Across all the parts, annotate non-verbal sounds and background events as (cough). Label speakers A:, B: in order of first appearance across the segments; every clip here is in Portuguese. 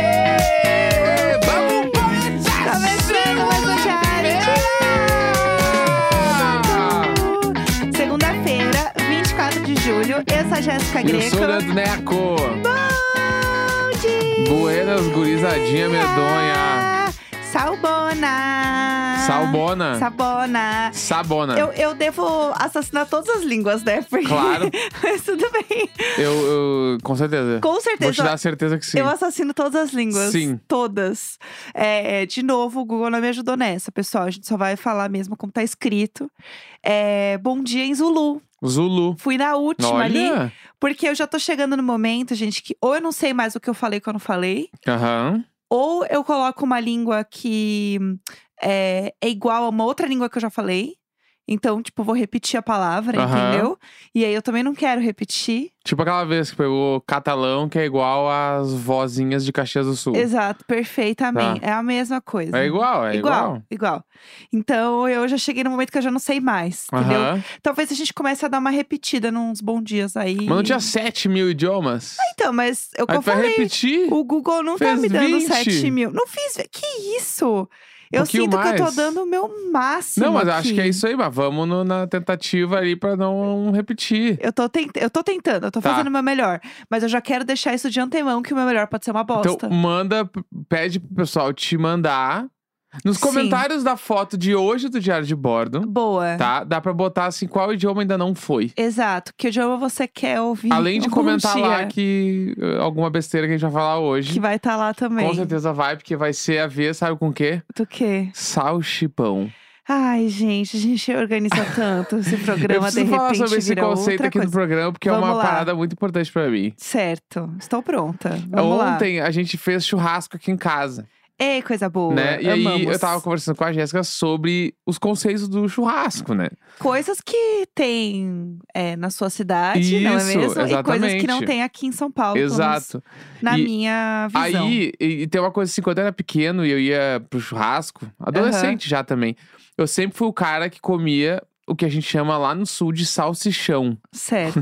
A: Oiê! Vamos para
B: Tá vencendo mais um challenge! Segunda-feira, 24 de julho. Eu sou a Jéssica
A: Eu sou o
B: Greco.
A: Leandro Neco.
B: Bom dia!
A: Buenas, gurizadinha medonha.
B: Salbona!
A: Salbona.
B: Sabona.
A: Sabona.
B: Eu, eu devo assassinar todas as línguas, né? Porque-
A: Claro.
B: (laughs) Mas tudo bem.
A: Eu, eu- com certeza.
B: Com
A: Vou
B: certeza.
A: te dar a certeza que sim.
B: Eu assassino todas as línguas.
A: Sim.
B: Todas. É, é, de novo, o Google não me ajudou nessa, pessoal. A gente só vai falar mesmo como tá escrito. É, bom dia em Zulu.
A: Zulu.
B: Fui na última ali,
A: Olha.
B: porque eu já tô chegando no momento, gente, que ou eu não sei mais o que eu falei que eu não falei,
A: Aham.
B: ou eu coloco uma língua que hum, é, é igual a uma outra língua que eu já falei. Então, tipo, vou repetir a palavra,
A: Aham.
B: entendeu? E aí eu também não quero repetir.
A: Tipo aquela vez que pegou catalão, que é igual às vozinhas de Caxias do Sul.
B: Exato, perfeitamente. É a mesma coisa.
A: Uh. Tá. É igual, é igual.
B: Igual, igual. Então eu já cheguei no momento que eu já não sei mais, entendeu?
A: Aham.
B: Talvez a gente comece a dar uma repetida nos bons dias aí.
A: Mas não tinha 7 mil idiomas?
B: Então, mas eu, que
A: Aí
B: eu
A: tu vai
B: falei,
A: repetir?
B: o Google não tá
A: Fez
B: me dando
A: 20.
B: 7 mil. Não fiz, que isso? Eu
A: pouquinho
B: sinto que eu tô
A: mais.
B: dando o meu máximo
A: Não, mas eu acho
B: aqui.
A: que é isso aí, mas vamos no- na tentativa ali pra não repetir.
B: Eu tô, tent... eu tô tentando, eu tô
A: Tá.
B: fazendo o meu melhor. Mas eu já quero deixar isso de antemão, que o meu melhor pode ser uma bosta.
A: Então, manda, p- pede pro pessoal te mandar. Nos
B: Sim.
A: comentários da foto de hoje do Diário de Bordo,
B: Boa.
A: tá? Dá pra botar assim qual idioma ainda não foi.
B: Exato. Que idioma você quer ouvir? um
A: Além de
B: algum
A: comentar lá
B: dia,
A: que eh, alguma besteira que a gente vai falar hoje.
B: Que vai estar lá também.
A: Com certeza vai, porque vai ser a ver, sabe com o quê?
B: Do quê?
A: Salchipão.
B: Ai, gente, a gente organiza tanto esse
A: (laughs) Eu
B: programa de
A: preciso
B: repente
A: falar sobre esse
B: vira
A: conceito
B: outra
A: aqui do
B: coisa.
A: programa, porque é
B: Vamos
A: uma
B: lá.
A: parada muito importante pra mim.
B: Certo, estou pronta. Vamos lá.
A: Ontem a gente fez churrasco aqui em casa,
B: Ei, coisa boa.
A: né? E
B: Amamos.
A: aí eu tava conversando com a Jéssica sobre os conceitos do churrasco, né?
B: Coisas que tem é, na sua cidade, não é
A: Isso,
B: mesmo? E coisas que não
A: exatamente.
B: tem aqui em São Paulo. pelo menos
A: Exato.
B: Na
A: E
B: minha visão.
A: Aí, e, e tem uma coisa assim, quando eu era pequeno e eu ia pro churrasco, adolescente já também, eu sempre fui o cara que comia o que a gente chama lá no sul de salsichão. (laughs)
B: Certo.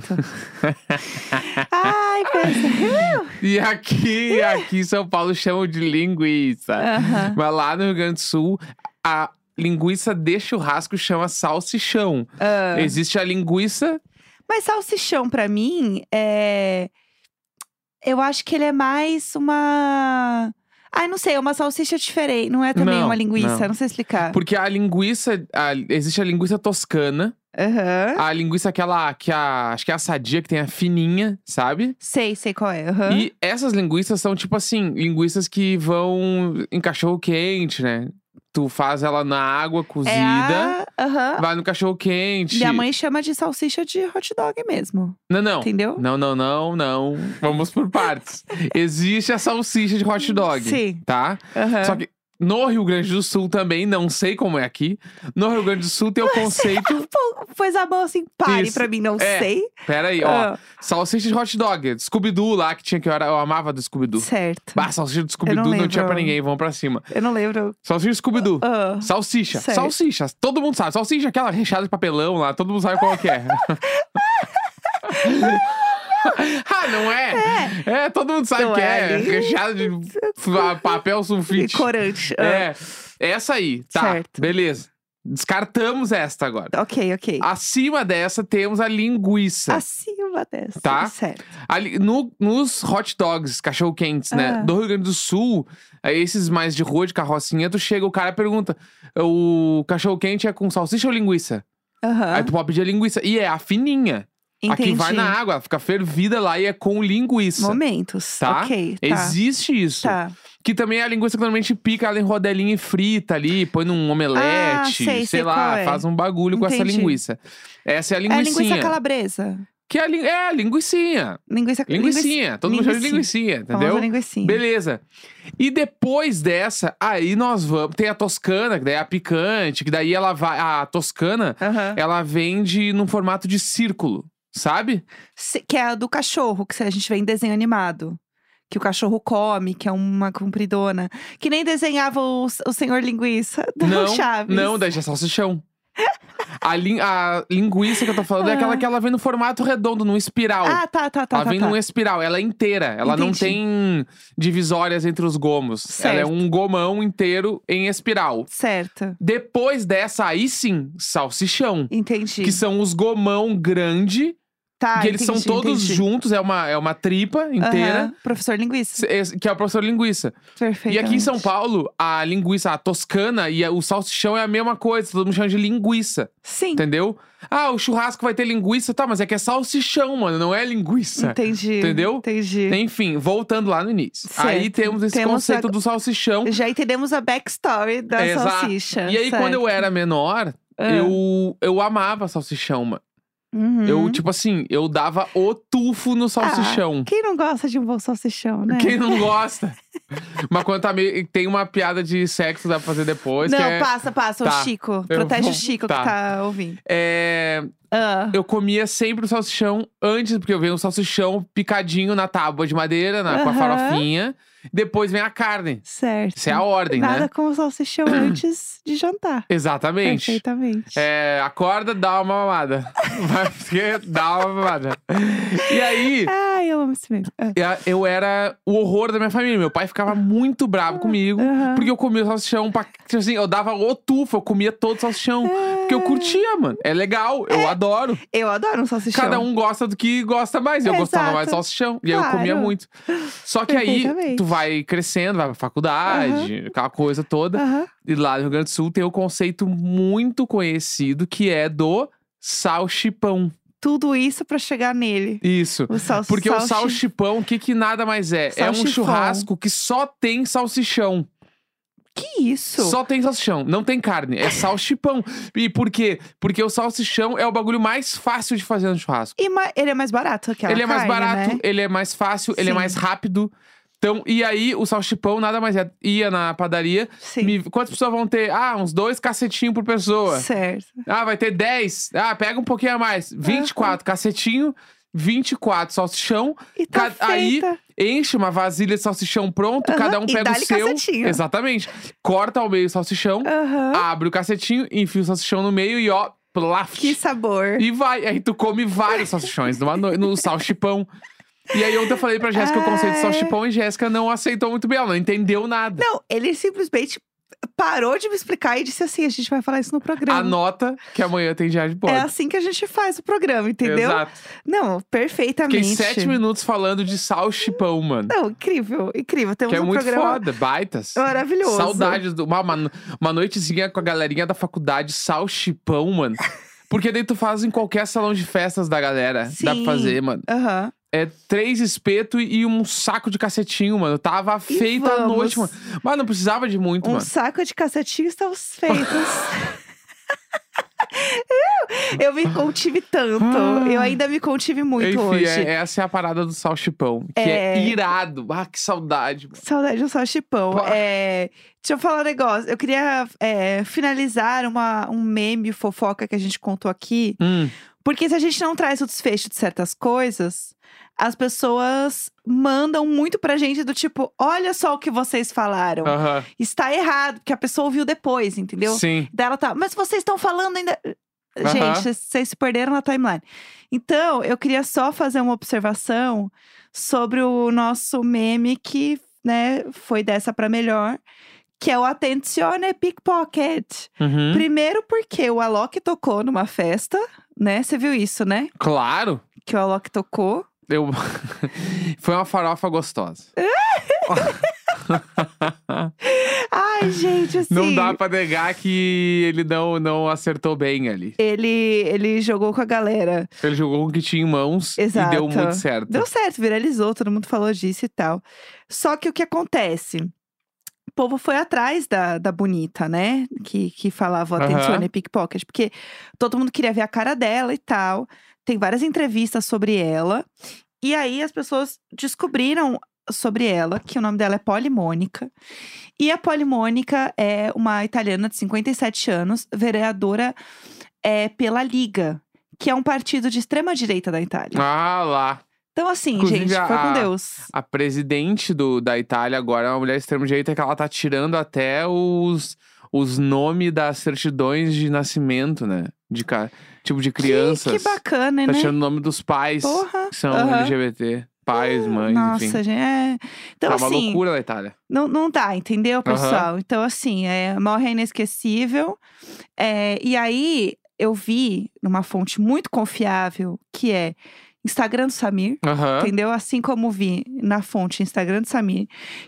B: Ai, é. pensa.
A: E
B: (laughs)
A: aqui, aqui em São Paulo chamam de linguiça.
B: Aham.
A: Mas lá no Rio Grande do Sul, a linguiça de churrasco chama salsichão.
B: Ah.
A: Existe a linguiça.
B: Mas salsichão, pra mim, é. Eu acho que ele é mais uma. Ai, não sei, é uma salsicha diferente. Não é também
A: Não,
B: uma linguiça,
A: não.
B: não, sei explicar.
A: Porque a linguiça. a- existe a linguiça toscana.
B: Aham.
A: A linguiça aquela que a. Acho que é a sadia, que tem a fininha, sabe?
B: Sei, sei qual é. aham.
A: E essas linguiças são tipo assim, linguiças que vão em cachorro quente, né? Tu faz ela na água cozida,
B: É a- aham.
A: vai no cachorro quente.
B: Minha mãe chama de salsicha de hot dog mesmo.
A: Não, não.
B: Entendeu?
A: Não, não, não, não. Vamos por
B: (laughs)
A: partes. Existe a salsicha de hot dog,
B: Sim.
A: tá?
B: Aham.
A: Só que no Rio Grande do Sul também, não sei como é aqui. No Rio Grande do Sul tem o
B: (laughs)
A: conceito.
B: (laughs) Pô, Pois a mão assim, pare
A: Isso.
B: pra mim, não
A: É,
B: sei.
A: Pera aí, ó.
B: Ah,
A: Salsicha de hot dog. Scooby-Doo lá que tinha que eu, era, eu amava do Scooby-Doo.
B: certo.
A: Bah, salsicha do Scooby-Doo não,
B: lembro.
A: tinha pra ninguém, vamos pra cima.
B: Eu não lembro.
A: Salsicha do Scooby-Doo.
B: Ah,
A: Salsicha,
B: Sério?
A: salsicha, todo mundo sabe. Salsicha, é aquela recheada de papelão lá, todo mundo sabe qual que é. (laughs) ah, não é? É, todo mundo sabe
B: Não
A: que
B: é
A: é.
B: ali.
A: Recheada de fa- papel
B: e
A: sulfite.
B: corante. Ah,
A: É, essa aí, tá.
B: Certo.
A: Beleza. Descartamos esta agora.
B: Ok, ok.
A: Ah, Acima dessa temos a linguiça.
B: Acima dessa.
A: Tá.
B: Certo.
A: Ali- no- nos hot dogs, cachorro-quentes, né?
B: Ah.
A: Do Rio Grande do Sul, eh, esses mais de rua, de carrocinha, tu chega, o cara pergunta: o cachorro-quente é com salsicha ou linguiça?
B: Aham.
A: Aí tu pode pedir a linguiça. E é a fininha. A
B: Entendi.
A: que vai na água, ela fica fervida lá e é com linguiça.
B: Momentos.
A: Tá?
B: Ok, tá.
A: Existe isso.
B: Tá.
A: Que também é a linguiça que normalmente pica ela em rodelinha e frita ali, põe num omelete,
B: Ah, sei, sei qual
A: lá,
B: é.
A: faz um bagulho com essa
B: Entendi.
A: linguiça. Essa é a
B: É a
A: linguiçinha.
B: linguiça calabresa.
A: Que é a, lin... é a linguicinha.
B: Linguiça
A: Linguicinha. Todo mundo chama de
B: linguici-
A: linguicinha,
B: Famosa
A: entendeu?
B: linguicinha.
A: Beleza. E depois dessa, aí nós vamos. Tem a toscana, que daí é a picante, que daí ela vai. A toscana,
B: Aham.
A: ela vende num formato de círculo, sabe?
B: Se- Que é a do cachorro, que a gente vê em desenho animado. Que o cachorro come, que é uma compridona. Que nem desenhava o, o senhor linguiça do
A: não,
B: Chaves.
A: não, daí já é salsichão. A, lin- a linguiça que eu tô falando é aquela que ela vem no formato redondo, num espiral.
B: Ah, tá, tá, tá.
A: ela
B: tá,
A: vem
B: tá.
A: num espiral, ela é inteira. Ela não
B: Entendi.
A: tem divisórias entre os gomos. Ela é
B: Certo.
A: um gomão inteiro em espiral.
B: Certo.
A: Depois dessa, aí sim, salsichão.
B: Entendi.
A: Que são os gomão grande,
B: tá,
A: que eles
B: entendi,
A: são todos
B: entendi.
A: juntos, é uma, é uma tripa
B: Aham,
A: inteira.
B: Professor linguista.
A: esse- Que é o professor linguiça.
B: Perfeito.
A: E aqui em São Paulo, a linguiça, a toscana e a- o salsichão é a mesma coisa. Todo mundo chama de linguiça,
B: Sim.
A: entendeu? Ah, o churrasco vai ter linguiça. Tá, mas é que é salsichão, mano, não é linguiça.
B: Entendi.
A: Entendeu?
B: Entendi.
A: Enfim, voltando lá no início.
B: Certo.
A: Aí temos esse
B: Temos
A: conceito
B: a-
A: do salsichão.
B: Já entendemos a backstory da
A: um Exato.
B: salsicha.
A: E aí, quando eu era menor,
B: Ah.
A: eu, eu amava salsichão, mano.
B: uhum.
A: Eu, tipo assim, eu dava o tufo
B: Ah.
A: no salsichão.
B: Quem não gosta de um bom salsichão, né?
A: Quem não gosta? Mas quando tá meio. Tem uma piada de sexo, dá pra fazer depois.
B: Não,
A: que é-
B: passa, passa.
A: Tá.
B: O Chico.
A: Eu
B: Protege
A: vou-
B: o Chico
A: tá.
B: que tá ouvindo.
A: é,
B: Ah,
A: eu comia sempre o salsichão antes, porque eu venho o salsichão picadinho na tábua de madeira, na- com a
B: Aham.
A: farofinha. Depois vem a carne.
B: certo.
A: Isso é a ordem,
B: Nada
A: né?
B: com
A: (clears throat)
B: o salsichão antes de jantar.
A: Exatamente.
B: Perfeitamente.
A: É, acorda, dá uma mamada. (laughs) Vai porque dá uma mamada. E aí,
B: Ai, eu amo esse meme. Ah,
A: é, eu era o horror da minha família. Meu pai ficava muito brabo comigo.
B: aham.
A: Porque eu comia o salsichão, pra, tipo assim, eu dava o tufo, eu comia todo o salsichão. Porque eu curtia, mano. É legal, eu adoro.
B: Eu adoro um salsichão.
A: Cada um gosta do que gosta mais. Eu gostava
B: Exato.
A: mais do salsichão. E aí eu comia
B: Claro.
A: muito. Só que aí,
B: Perfeitamente.
A: tu vai crescendo, vai pra faculdade, aquela coisa toda.
B: Aham.
A: E lá no Rio Grande do Sul tem um conceito muito conhecido que é do salchipão.
B: Tudo isso pra chegar nele.
A: Isso.
B: O sal...
A: Porque o
B: salsi-
A: salchipão, o que que nada mais é? É um
B: Salchifão.
A: churrasco que só tem salsichão.
B: Que isso?
A: Só tem salsichão, não tem carne, é salchipão. E por quê? Porque o salsichão é o bagulho mais fácil de fazer no churrasco.
B: E ma- ele é mais barato que aquela
A: ele é mais
B: carne,
A: barato,
B: né?
A: ele é mais fácil, ele é
B: Sim.
A: mais rápido. Então, e aí o salchipão nada mais é. Ia na padaria,
B: Sim.
A: me- quantas pessoas vão ter? Ah, uns dois cacetinhos por pessoa.
B: Certo.
A: Ah, vai ter 10. Ah, pega um pouquinho a mais. 24, cacetinho. 24 salsichão,
B: E tá
A: Ca- aí,
B: feita.
A: enche uma vasilha de salsichão pronto,
B: Aham,
A: cada um
B: e
A: pega o
B: dá-lhe
A: seu.
B: cacetinho.
A: Exatamente. Corta ao meio o salsichão,
B: Aham.
A: abre o cacetinho, enfia o salsichão no meio e ó, plaf.
B: Que sabor.
A: E vai. Aí tu come vários salsichões numa no, no salchipão. E aí ontem eu falei pra Jéssica o conceito de
B: Ah, é.
A: salchipão e Jéssica não aceitou muito bem, ela não entendeu nada.
B: Não, ele simplesmente parou de me explicar e disse assim: a gente vai falar isso no programa.
A: Anota que amanhã tem diário de bordo.
B: É assim que a gente faz o programa, entendeu?
A: Exato.
B: Não,
A: Fiquei
B: perfeitamente.
A: sete minutos falando de salchipão, mano.
B: Não, incrível, incrível. Temos
A: Que é
B: um
A: muito
B: programa
A: foda, baitas.
B: maravilhoso.
A: Saudades do. Uma, uma, uma noitezinha com a galerinha da faculdade, salchipão, mano. Porque daí tu faz em qualquer salão de festas da galera. Dá pra
B: Sim.
A: fazer, mano.
B: Aham.
A: É três espeto e um saco de cacetinho, mano. Tava
B: E
A: feita a
B: vamos.
A: noite, mano. Mas não precisava de muito,
B: Um
A: mano.
B: saco de cacetinhos estamos
A: (laughs)
B: feitos. eu, eu me contive tanto.
A: Ah.
B: Eu ainda me contive muito
A: Enfim,
B: hoje.
A: é- essa é a parada do salchipão. Que é,
B: É.
A: irado. Ah, que saudade, mano.
B: Saudade do salchipão.
A: Pô.
B: É, deixa eu falar um negócio. Eu queria é, finalizar uma, um meme fofoca que a gente contou aqui.
A: Hum,
B: Porque se a gente não traz o desfecho de certas coisas, as pessoas mandam muito pra gente do tipo: olha só o que vocês falaram.
A: Então, aham.
B: Está errado, porque a pessoa ouviu depois, entendeu?
A: Sim.
B: Daí ela tá, mas vocês estão falando ainda.
A: Aham.
B: Gente, vocês se perderam na timeline. Então, eu queria só fazer uma observação sobre o nosso meme que, né, foi dessa pra melhor, que é o Attenzione Pickpocket.
A: Uhum.
B: Primeiro porque o Alok tocou numa festa, né? Você viu isso, né?
A: Claro.
B: Que o Alok tocou.
A: Eu... (laughs) Foi uma farofa gostosa.
B: Ai, gente,
A: (laughs)
B: assim.
A: Não dá pra negar que ele não, não acertou bem ali.
B: Ele, ele jogou com a galera.
A: Ele jogou com o que tinha em mãos
B: Exato.
A: e deu muito certo.
B: Deu certo, viralizou, todo mundo falou disso e tal. Só que o que acontece? O povo foi atrás da, da bonita, né? Que, que falava
A: Aham.
B: atenção e pickpocket, porque todo mundo queria ver a cara dela e tal. Tem várias entrevistas sobre ela. E aí as pessoas descobriram sobre ela, que o nome dela é Polimônica. E a Polimônica é uma italiana de 57 anos, vereadora é, pela Liga, que é um partido de extrema direita da Itália.
A: Ah lá.
B: Então, assim,
A: Inclusive,
B: gente, foi
A: a-
B: com Deus.
A: A presidente do, da Itália agora é uma mulher extrema-direita que ela tá tirando até os, os nomes das certidões de nascimento, né? de ca- tipo de crianças.
B: Que, que bacana,
A: Tá
B: né?
A: achando o nome dos pais
B: Porra.
A: que são
B: Aham. Hum,
A: LGBT. Pais, mães,
B: Nossa,
A: enfim.
B: gente. É... Então,
A: tá uma
B: assim,
A: loucura na Itália.
B: não, não dá, entendeu,
A: Aham.
B: pessoal? Então, assim, é, morre é inesquecível. É, e aí, eu vi numa fonte muito confiável, que é Instagram do Samir.
A: Aham.
B: Entendeu? Assim como vi na fonte Instagram do Samir,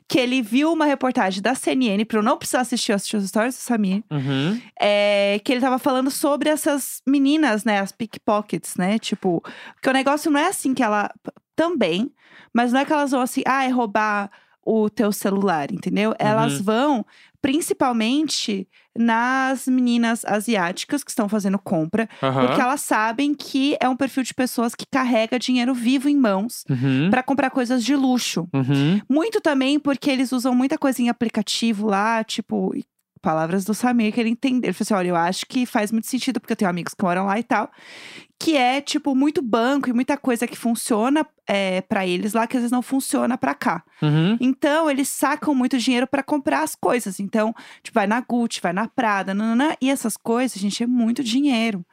B: que ele viu uma reportagem da CNN, pra eu não precisar assistir, eu assisti as stories do Samir,
A: Uhum.
B: é, que ele tava falando sobre essas meninas, né? As pickpockets, né? Tipo, que o negócio não é assim que ela. Também, mas não é que elas vão assim, ah, é roubar o teu celular, entendeu? Elas vão principalmente nas meninas asiáticas que estão fazendo compra,
A: Aham.
B: porque elas sabem que é um perfil de pessoas que carrega dinheiro vivo em mãos
A: Uhum.
B: para comprar coisas de luxo.
A: Uhum.
B: Muito também porque eles usam muita coisa em aplicativo lá, tipo, e palavras do Samir que ele entendeu. Ele falou assim: olha, eu acho que faz muito sentido, porque eu tenho amigos que moram lá e tal. Que é, tipo, muito banco e muita coisa que funciona é, para eles lá, que às vezes não funciona para cá.
A: Uhum.
B: Então, eles sacam muito dinheiro para comprar as coisas. Então, tipo, vai na Gucci, vai na Prada, nananã, e essas coisas, gente, é muito dinheiro.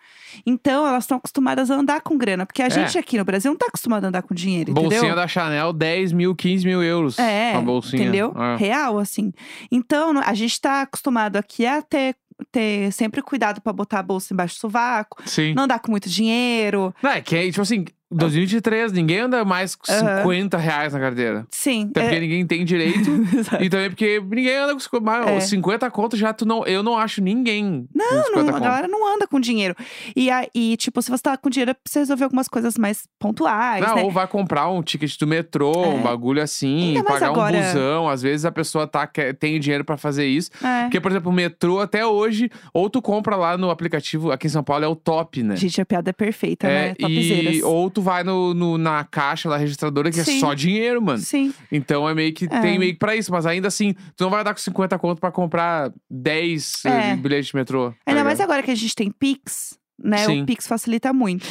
B: Então, elas estão acostumadas a andar com grana, porque a
A: É.
B: gente aqui no Brasil não tá acostumado a andar com dinheiro,
A: Bolsinha
B: entendeu?
A: da Chanel, 10 mil, 15 mil euros.
B: É,
A: Uma bolsinha.
B: entendeu?
A: É.
B: Real, assim. Então, no- a gente tá acostumado aqui a ter, ter sempre cuidado pra botar a bolsa embaixo do sovaco,
A: Sim.
B: não andar com muito dinheiro.
A: Não, é que, é, tipo assim, 2023, ninguém anda mais com
B: Aham.
A: 50 reais na carteira.
B: Sim.
A: Até
B: é-
A: porque ninguém tem direito.
B: (laughs) Exato.
A: e também porque ninguém anda com 50, mas,
B: É.
A: ó, 50 conto já tu não. Eu não acho ninguém. com
B: Não,
A: 50
B: não, a
A: conto.
B: galera não anda com dinheiro. E aí, tipo, se você tá com dinheiro, é pra você resolver algumas coisas mais pontuais,
A: Não,
B: né?
A: ou vai comprar um ticket do metrô,
B: É.
A: um bagulho assim,
B: Ainda mais
A: pagar
B: agora.
A: um busão. Às vezes a pessoa tá, quer- tem dinheiro pra fazer isso.
B: É.
A: Porque, por exemplo, o metrô até hoje, ou tu compra lá no aplicativo, aqui em São Paulo é o top, né?
B: Gente, a piada é perfeita, né?
A: É,
B: Topzeiras.
A: e, ou tu vai no, no- na caixa da registradora que
B: Sim.
A: é só dinheiro, mano.
B: Sim,
A: Então é meio que
B: É.
A: tem meio que pra isso, mas ainda assim, tu não vai dar com 50 conto pra comprar 10
B: É.
A: eh, bilhetes de metrô. tá
B: ainda mais
A: ligado?
B: agora que a gente tem Pix, né? O
A: Sim.
B: Pix facilita muito.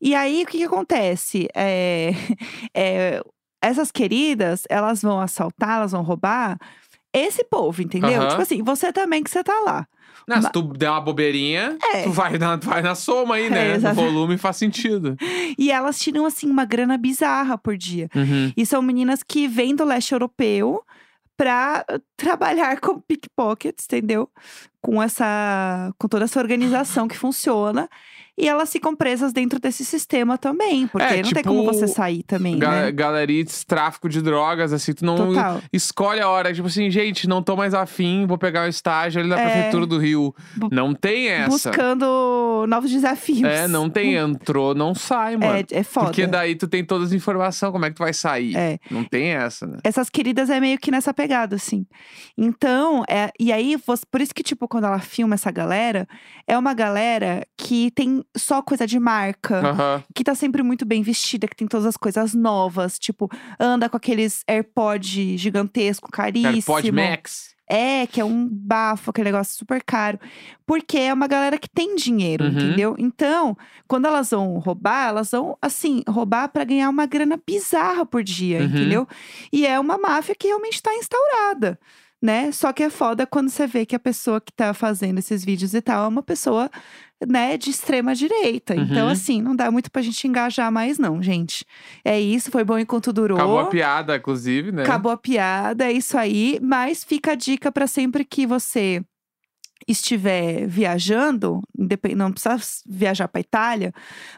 B: E aí, o que, que acontece? É, (laughs) é, essas queridas, elas vão assaltar, elas vão roubar esse povo, entendeu?
A: Aham.
B: Tipo assim, você também que você tá lá.
A: Não, se tu der uma bobeirinha,
B: É.
A: tu vai na, tu vai na soma aí,
B: É,
A: né? o
B: exato.
A: volume faz sentido.
B: E elas tiram, assim, uma grana bizarra por dia.
A: Uhum.
B: E são meninas que vêm do leste europeu pra eh, trabalhar com pickpockets, entendeu? Com essa, com toda essa organização que funciona. E elas ficam presas dentro desse sistema também, porque
A: É,
B: não tem
A: tipo,
B: como você sair também,
A: Ga
B: né?
A: galerites, tráfico de drogas, assim, tu não
B: Total.
A: escolhe a hora. Tipo assim, gente, não tô mais afim, vou pegar o estágio ali na
B: É.
A: prefeitura do Rio.
B: Bu-
A: Não tem essa.
B: Buscando novos desafios.
A: É, não tem. Entrou, não sai, mano.
B: É, é foda.
A: Porque daí tu tem todas as informações, como é que tu vai sair?
B: É.
A: Não tem essa, né?
B: Essas queridas é meio que nessa pegada, assim. Então, é- e aí, você- por isso que, tipo, quando ela filma essa galera, é uma galera que tem só coisa de marca.
A: Aham.
B: que tá sempre muito bem vestida, que tem todas as coisas novas, tipo, anda com aqueles AirPod gigantesco, caríssimo.
A: AirPod Max.
B: É, que é um bafo, aquele negócio super caro. Porque é uma galera que tem dinheiro,
A: Uhum.
B: entendeu? Então, quando elas vão roubar, elas vão, assim, roubar pra ganhar uma grana bizarra por dia,
A: Uhum.
B: entendeu? E é uma máfia que realmente tá instaurada, né? Só que é foda quando você vê que a pessoa que tá fazendo esses vídeos e tal é uma pessoa, né, de extrema direita. Então,
A: Uhum.
B: assim, não dá muito pra gente engajar mais, não, gente. É isso, foi bom enquanto durou.
A: Acabou a piada, inclusive, né?
B: Acabou a piada, é isso aí. Mas fica a dica para sempre que você estiver viajando, indepen- não precisa s- viajar para Itália,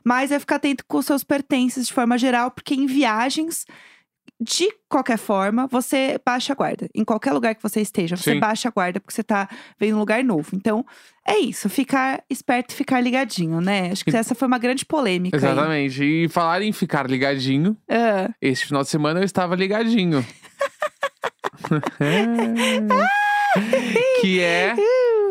B: mas é ficar atento com os seus pertences de forma geral, porque em viagens de qualquer forma, você baixa a guarda. Em qualquer lugar que você esteja, você
A: Sim.
B: baixa a guarda porque você tá vendo um lugar novo. Então, é isso, ficar esperto e ficar ligadinho, né? Acho que
A: E-
B: essa foi uma grande polêmica. aí.
A: Exatamente. E falar em ficar ligadinho,
B: Ah,
A: este final de semana eu estava
B: (laughs)
A: ligadinho. que é.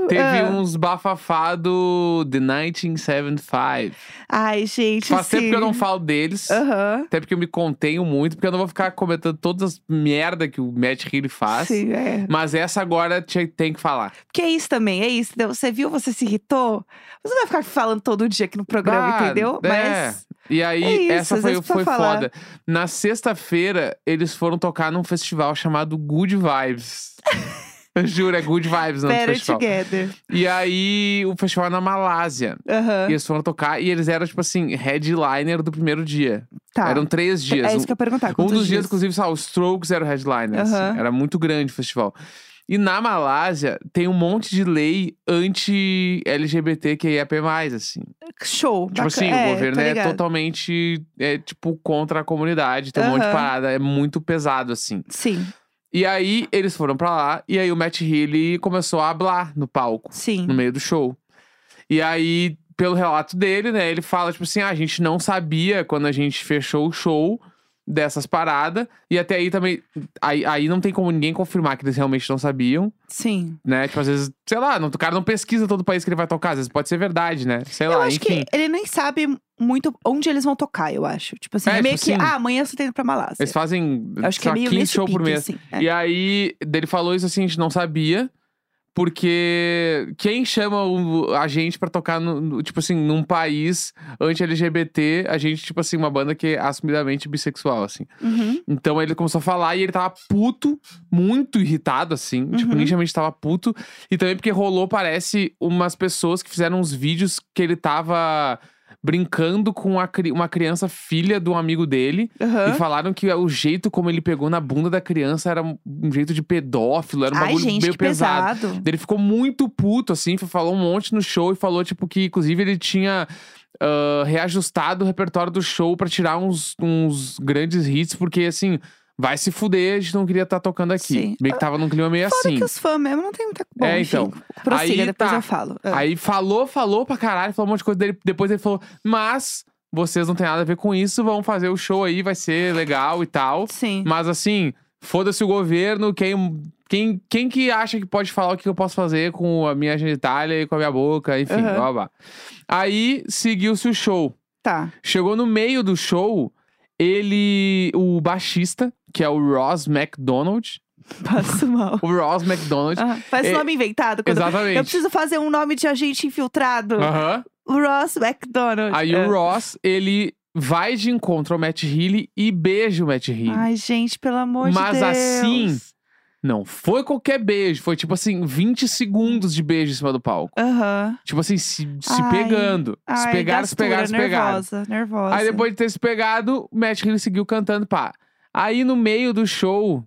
A: Teve
B: ah.
A: uns bafafá do The 1975.
B: Ai, gente,
A: Faz tempo que eu
B: sim. Ah.
A: não falo deles.
B: Aham.
A: Até porque eu me contenho muito, porque eu não vou ficar comentando todas as merda que o Matt Healy faz.
B: Sim, é.
A: Mas essa agora tinha- tem que falar.
B: Porque é isso também, é isso. entendeu? Você viu, você se irritou. Você não vai ficar falando todo dia aqui no programa,
A: Ah,
B: entendeu?
A: é.
B: Mas.
A: E aí,
B: É isso,
A: essa
B: às
A: foi,
B: vezes precisa
A: foi
B: falar.
A: foda.
B: (laughs)
A: Na sexta-feira, eles foram tocar num festival chamado Good Vibes. Eu juro, é Good Vibes, não,
B: Better
A: festival.
B: Together.
A: E aí, o festival é na Malásia.
B: Aham.
A: E eles foram tocar e eles eram, tipo assim, headliner do primeiro dia.
B: Tá.
A: Eram três dias.
B: É isso que eu ia perguntar.
A: um
B: quantos
A: dos dias, inclusive, sei lá, o Strokes era o headliner. assim.
B: Aham.
A: Era muito grande o festival. E na Malásia, tem um monte de lei anti-LGBTQIAP+, assim.
B: Show. tá
A: Tipo assim, o governo é totalmente, é, tipo, contra a comunidade. Tem um monte de
B: Aham.
A: parada. É muito pesado, assim.
B: Sim,
A: E aí eles foram pra lá e aí o Matt Healy começou a hablar no palco,
B: sim.
A: no meio do show. E aí, pelo relato dele, né, ele fala tipo assim: "Ah, a gente não sabia quando a gente fechou o show dessas paradas e até aí também aí, aí não tem como ninguém confirmar que eles realmente não sabiam,
B: Sim.
A: né? Tipo às vezes, sei lá, não, o cara não pesquisa todo o país que ele vai tocar, às vezes pode ser verdade, né? Sei
B: eu
A: lá,
B: acho
A: enfim.
B: que ele nem sabe muito onde eles vão tocar, eu acho. Tipo assim,
A: É,
B: meio
A: tipo
B: que,
A: assim,
B: ah, amanhã você tá indo pra Malásia.
A: Eles fazem
B: Eu acho que
A: sei
B: é
A: lá,
B: meio
A: 15
B: nesse
A: shows por
B: pique,
A: mês.
B: assim. É.
A: E aí, ele falou isso assim, a gente não sabia. Porque quem chama o- a gente pra tocar, no, no- tipo assim, num país anti-LGBT, a gente, tipo assim, uma banda que é assumidamente bissexual, assim.
B: Uhum.
A: Então ele começou a falar e ele tava puto, muito irritado, assim. Tipo,
B: Uhum.
A: nitidamente tava puto. E também porque rolou, parece, umas pessoas que fizeram uns vídeos que ele tava brincando com a cri- uma criança filha de um amigo dele.
B: Aham.
A: E falaram que o jeito como ele pegou na bunda da criança era um um jeito de pedófilo, era um
B: Ai,
A: bagulho
B: gente,
A: meio
B: que pesado.
A: Ele ficou muito puto, assim, falou um monte no show e falou, tipo, que inclusive ele tinha ah, reajustado o repertório do show pra tirar uns, uns grandes hits, porque assim, vai se fuder, a gente não queria estar tocando aqui.
B: Sim.
A: Meio que tava num clima meio
B: Fora
A: assim.
B: que os fãs mesmo não tem muita... Bom,
A: É,
B: enfim,
A: então.
B: prossiga,
A: Aí
B: depois
A: tá.
B: eu falo. Ah.
A: Aí falou, falou pra caralho, falou um monte de coisa dele. Depois ele falou, mas vocês não têm nada a ver com isso, vão fazer o show aí, vai ser legal e tal.
B: Sim.
A: Mas assim, foda-se o governo, quem, quem, quem que acha que pode falar o que eu posso fazer com a minha genitália e com a minha boca, enfim,
B: Aham.
A: blá, blá. Aí seguiu-se o show.
B: Tá.
A: Chegou no meio do show, ele, o baixista, que é o Ross McDonald,
B: Passo
A: (laughs)
B: mal.
A: o Ross McDonald,
B: Ah, parece
A: É,
B: nome inventado. Quando...
A: exatamente.
B: Eu preciso fazer um nome de agente infiltrado.
A: Aham.
B: O Ross McDonald.
A: Aí
B: É.
A: o Ross, ele vai de encontro ao Matt Healy e beija o Matt Healy.
B: Ai, gente, pelo amor
A: Mas
B: de Deus.
A: assim, Não foi qualquer beijo, foi tipo assim, 20 segundos de beijo em cima do palco.
B: Aham.
A: Tipo assim, se, se
B: Ai,
A: pegando. se
B: Ai,
A: pegaram, se
B: gastura,
A: pegaram, se pegaram.
B: nervosa, nervosa.
A: Aí depois de ter se pegado, o Matt Healy seguiu cantando, pá. Aí no meio do show,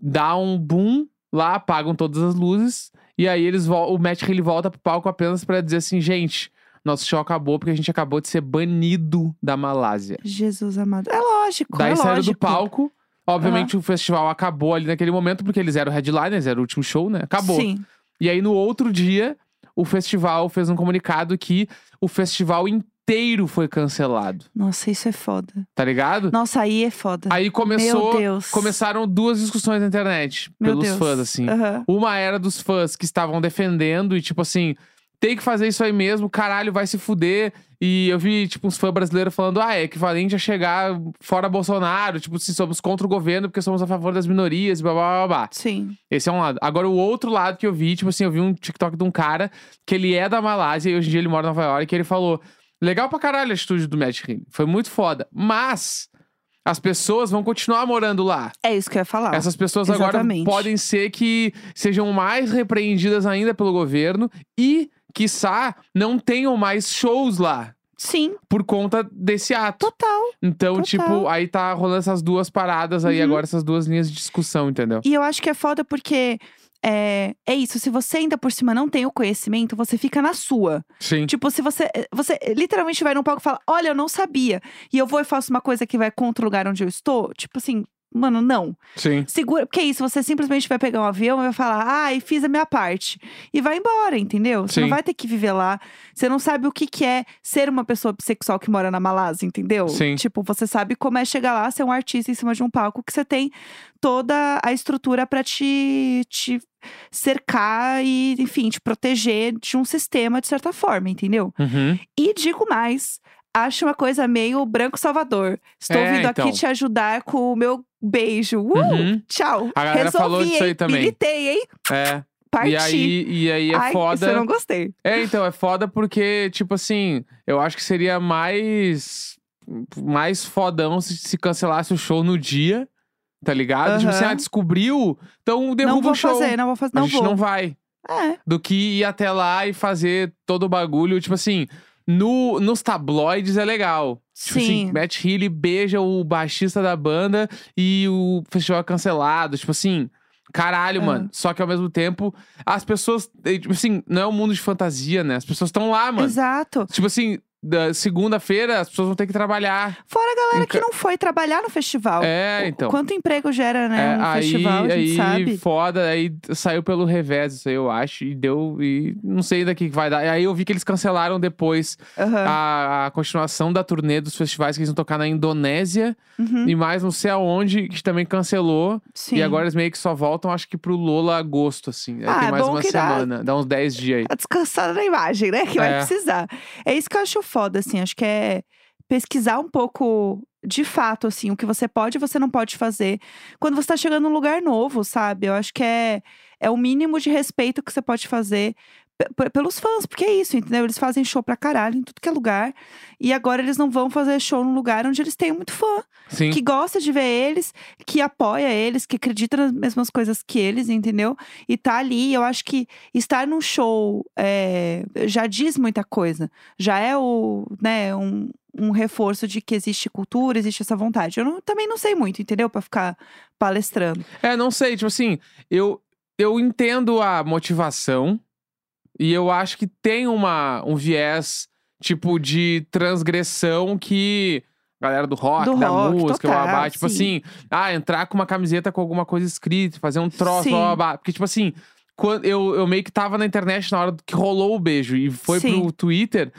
A: dá um boom, lá apagam todas as luzes. E aí eles vol- o Matt Healy volta pro palco apenas pra dizer assim, gente, nosso show acabou porque a gente acabou de ser banido da Malásia.
B: Jesus amado. É lógico,
A: Daí
B: é
A: saíram
B: lógico.
A: do palco. Obviamente o festival acabou ali naquele momento, porque eles eram headliners, era o último show, né? Acabou.
B: Sim.
A: E aí, no outro dia, o festival fez um comunicado que o festival inteiro foi cancelado,
B: Nossa, isso é foda.
A: tá ligado?
B: Nossa, aí é foda.
A: Aí
B: Meu
A: começou,
B: Deus.
A: começaram duas discussões na internet
B: Meu
A: pelos
B: Deus.
A: fãs, assim.
B: Aham.
A: Uma era dos fãs que estavam defendendo e, tipo assim, tem que fazer isso aí mesmo, caralho, vai se fuder. E eu vi, tipo, uns fãs brasileiros falando, ah, é equivalente a chegar fora Bolsonaro, tipo, se somos contra o governo porque somos a favor das minorias, blá blá blá blá.
B: Sim.
A: Esse é um lado. Agora, o outro lado que eu vi, tipo assim, eu vi um TikTok de um cara que ele é da Malásia e hoje em dia ele mora em Nova York e ele falou: legal pra caralho a atitude do Matt Healy. Foi muito foda. Mas as pessoas vão continuar morando lá.
B: É isso que eu ia falar.
A: Essas pessoas
B: Exatamente.
A: agora podem ser que sejam mais repreendidas ainda pelo governo e, quiçá, não tenham mais shows lá
B: Sim,
A: por conta desse ato.
B: total.
A: Então,
B: total. Uhum.
A: tipo, aí tá rolando essas duas paradas aí agora, essas duas linhas de discussão, entendeu?
B: E eu acho que é foda porque. É, é isso, se você ainda por cima não tem o conhecimento, você fica na sua.
A: Sim.
B: Tipo, se você, você literalmente vai num palco e fala, olha, eu não sabia. E eu vou e faço uma coisa que vai contra o lugar onde eu estou. Tipo assim, mano, não.
A: Sim.
B: Segura, porque é isso, você simplesmente vai pegar um avião e vai falar, ai, fiz a minha parte. E vai embora, entendeu? Você não
A: Sim.
B: vai ter que viver lá. Você não sabe o que, que é ser uma pessoa bissexual que mora na Malásia, entendeu?
A: Sim.
B: Tipo, você sabe como é chegar lá, ser um artista em cima de um palco, que você tem toda a estrutura pra te, te cercar e, enfim, te proteger de um sistema, de certa forma, entendeu?
A: Uhum.
B: E digo mais, acho uma coisa meio branco salvador. Estou
A: É,
B: vindo
A: então.
B: aqui te ajudar com o meu beijo. Uh,
A: Uhum.
B: Tchau.
A: A galera
B: Resolvi,
A: falou disso
B: hein?
A: aí também.
B: Militei, hein?
A: É.
B: Parti.
A: E aí, e aí é
B: Ai, Isso
A: foda.
B: eu não gostei.
A: É, então, é foda porque, tipo assim, eu acho que seria mais. Mais fodão se, se cancelasse o show no dia tá ligado? Tipo
B: Aham.
A: assim, ah, descobriu, então
B: não
A: derruba
B: vou
A: o show.
B: fazer, não vou fazer,
A: a
B: não
A: gente
B: vou.
A: não Tipo vai.
B: É,
A: Do que ir até lá e fazer todo o bagulho. Tipo assim, no, nos tabloides é legal. Tipo assim,
B: sim.
A: Matt Healy beija o baixista da banda e o festival é cancelado. Tipo assim, caralho,
B: Ah.
A: mano. Só que ao mesmo tempo, as pessoas. eh, Tipo assim, não é um mundo de fantasia, né? As pessoas estão lá, mano.
B: Exato.
A: Tipo assim, da segunda-feira as pessoas vão ter que trabalhar.
B: Fora a galera
A: Enca-
B: que não foi trabalhar no festival.
A: Então É,
B: O-
A: então.
B: Quanto emprego gera, né?
A: É,
B: um
A: aí,
B: festival, a gente
A: aí,
B: sabe.
A: foda, aí saiu pelo revés, isso aí eu acho, e deu, e não sei daqui que vai dar. Aí eu vi que eles cancelaram depois
B: Aham.
A: a, a continuação da turnê dos festivais que eles iam tocar na Indonésia
B: Uhum,
A: e mais não sei aonde, que também cancelou.
B: Sim.
A: E agora eles meio que só voltam, acho que pro Lola agosto, assim. Aí
B: Ah,
A: tem
B: é
A: mais
B: bom
A: uma
B: que dá-
A: semana, dá uns 10 dias aí.
B: Tá descansada na imagem, né? Que vai
A: É.
B: precisar. É isso que eu acho foda, assim. Acho que é pesquisar um pouco de fato, assim, o que você pode e você não pode fazer. Quando você tá chegando num lugar novo, sabe? Eu acho que é, é o mínimo de respeito que você pode fazer pe- pe- pelos fãs, porque é isso, entendeu? Eles fazem show pra caralho em tudo que é lugar. E agora eles não vão fazer show num lugar onde eles têm muito fã
A: Sim.
B: que gosta de ver eles, que apoia eles, que acredita nas mesmas coisas que eles, entendeu? E tá ali, eu acho que estar num show é, já diz muita coisa. Já é o, né, um, um reforço de que existe cultura, existe essa vontade. Eu não- também não sei muito, entendeu? Pra ficar palestrando.
A: É, não sei, tipo assim, eu, eu entendo a motivação e eu acho que tem uma, um viés, tipo, de transgressão que a galera do rock,
B: Do
A: da
B: rock,
A: música,
B: total,
A: babá, tipo
B: sim.
A: assim, ah, entrar com uma camiseta com alguma coisa escrita, fazer um troço,
B: Sim.
A: babá. Porque, tipo assim, quando eu, eu meio que tava na internet na hora que rolou o beijo e foi
B: Sim.
A: pro Twitter.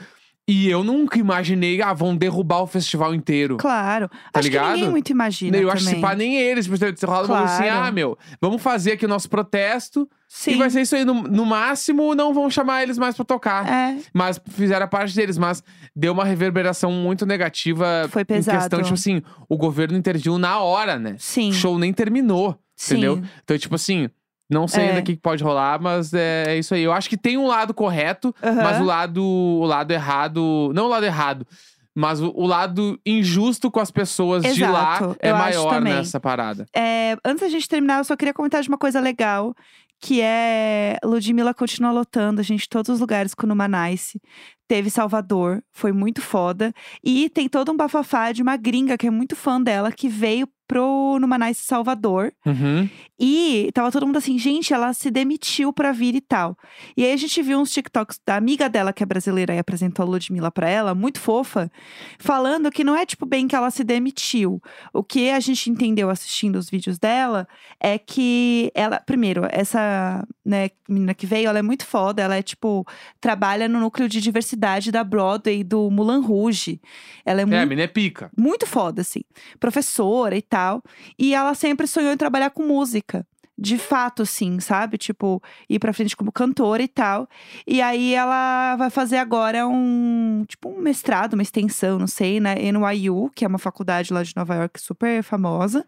A: E eu nunca imaginei, ah, vão derrubar o festival inteiro.
B: Claro. acho que
A: tá ligado? Né,
B: ninguém muito imagina.
A: eu
B: também.
A: acho que se pá, nem eles, mas ter rolado claro. assim,
B: Claro.
A: ah, meu, vamos fazer aqui o nosso protesto
B: Sim.
A: e vai ser isso aí. No, no máximo, não vão chamar eles mais pra tocar.
B: É,
A: Mas fizeram a parte deles, mas deu uma reverberação muito negativa
B: foi
A: em
B: pesado.
A: questão, tipo assim, o governo interviu na hora, né?
B: Sim.
A: O show nem terminou.
B: sim.
A: entendeu? Então, tipo assim, não sei
B: É.
A: ainda o que que pode rolar, mas é, é isso aí. Eu acho que tem um lado correto,
B: Aham.
A: mas o lado, o lado errado. Não o lado errado. Mas o, o lado injusto com as pessoas de lá
B: Exato,
A: é
B: eu acho
A: maior
B: também.
A: nessa parada.
B: É, antes da gente terminar, eu só queria comentar de uma coisa legal. Que é. Ludmilla continua lotando, gente, todos os lugares com Numa Nice. Teve Salvador, foi muito foda. E tem todo um bafafá de uma gringa que é muito fã dela, que veio pro Numa Nice Salvador.
A: Uhum.
B: E tava todo mundo assim, gente, ela se demitiu pra vir e tal. E aí a gente viu uns TikToks da amiga dela, que é brasileira e apresentou a Ludmilla pra ela, muito fofa, falando que não é tipo bem que ela se demitiu. O que a gente entendeu assistindo os vídeos dela é que ela, primeiro, essa né, menina que veio, ela é muito foda, ela é tipo, trabalha no núcleo de diversidade da Broadway, do Mulan Rouge. Ela é,
A: É, a
B: muito
A: mina é pica.
B: muito foda, assim, professora e tal. E ela sempre sonhou em trabalhar com música. De fato, assim, sabe? Tipo, ir pra frente como cantora e tal. E aí ela vai fazer agora um, tipo, um mestrado, uma extensão, não sei, na NYU, que é uma faculdade lá de Nova York super famosa.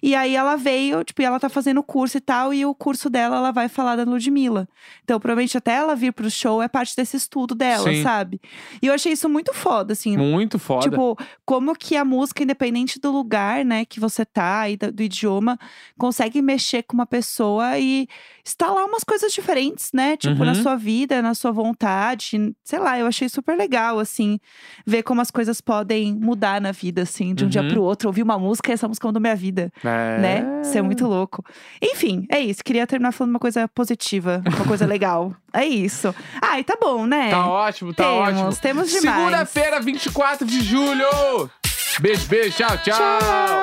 B: E aí ela veio, tipo, e ela tá fazendo o curso e tal, e o curso dela ela vai falar da Ludmilla. Então, provavelmente até ela vir pro show é parte desse estudo dela,
A: Sim.
B: sabe? E eu achei isso muito foda, assim.
A: Muito foda.
B: Tipo, como que a música, independente do lugar, né, que você tá e da- do idioma, consegue mexer com uma pessoa e instalar umas coisas diferentes, né? Tipo, na
A: Uhum.
B: sua vida, na sua vontade. Sei lá, eu achei super legal, assim, ver como as coisas podem mudar na vida, assim, de um dia
A: Uhum.
B: pro outro. Ouvir uma música e essa música mudou minha vida,
A: é...
B: né? Isso é muito louco. Enfim, é isso. Queria terminar falando uma coisa positiva, uma
A: (laughs)
B: coisa legal. É isso. Ah, e tá bom, né?
A: Tá ótimo, tá
B: temos,
A: ótimo.
B: temos demais.
A: Segunda-feira, 24 de julho. Beijo, beijo, tchau. tchau.
B: Tchau!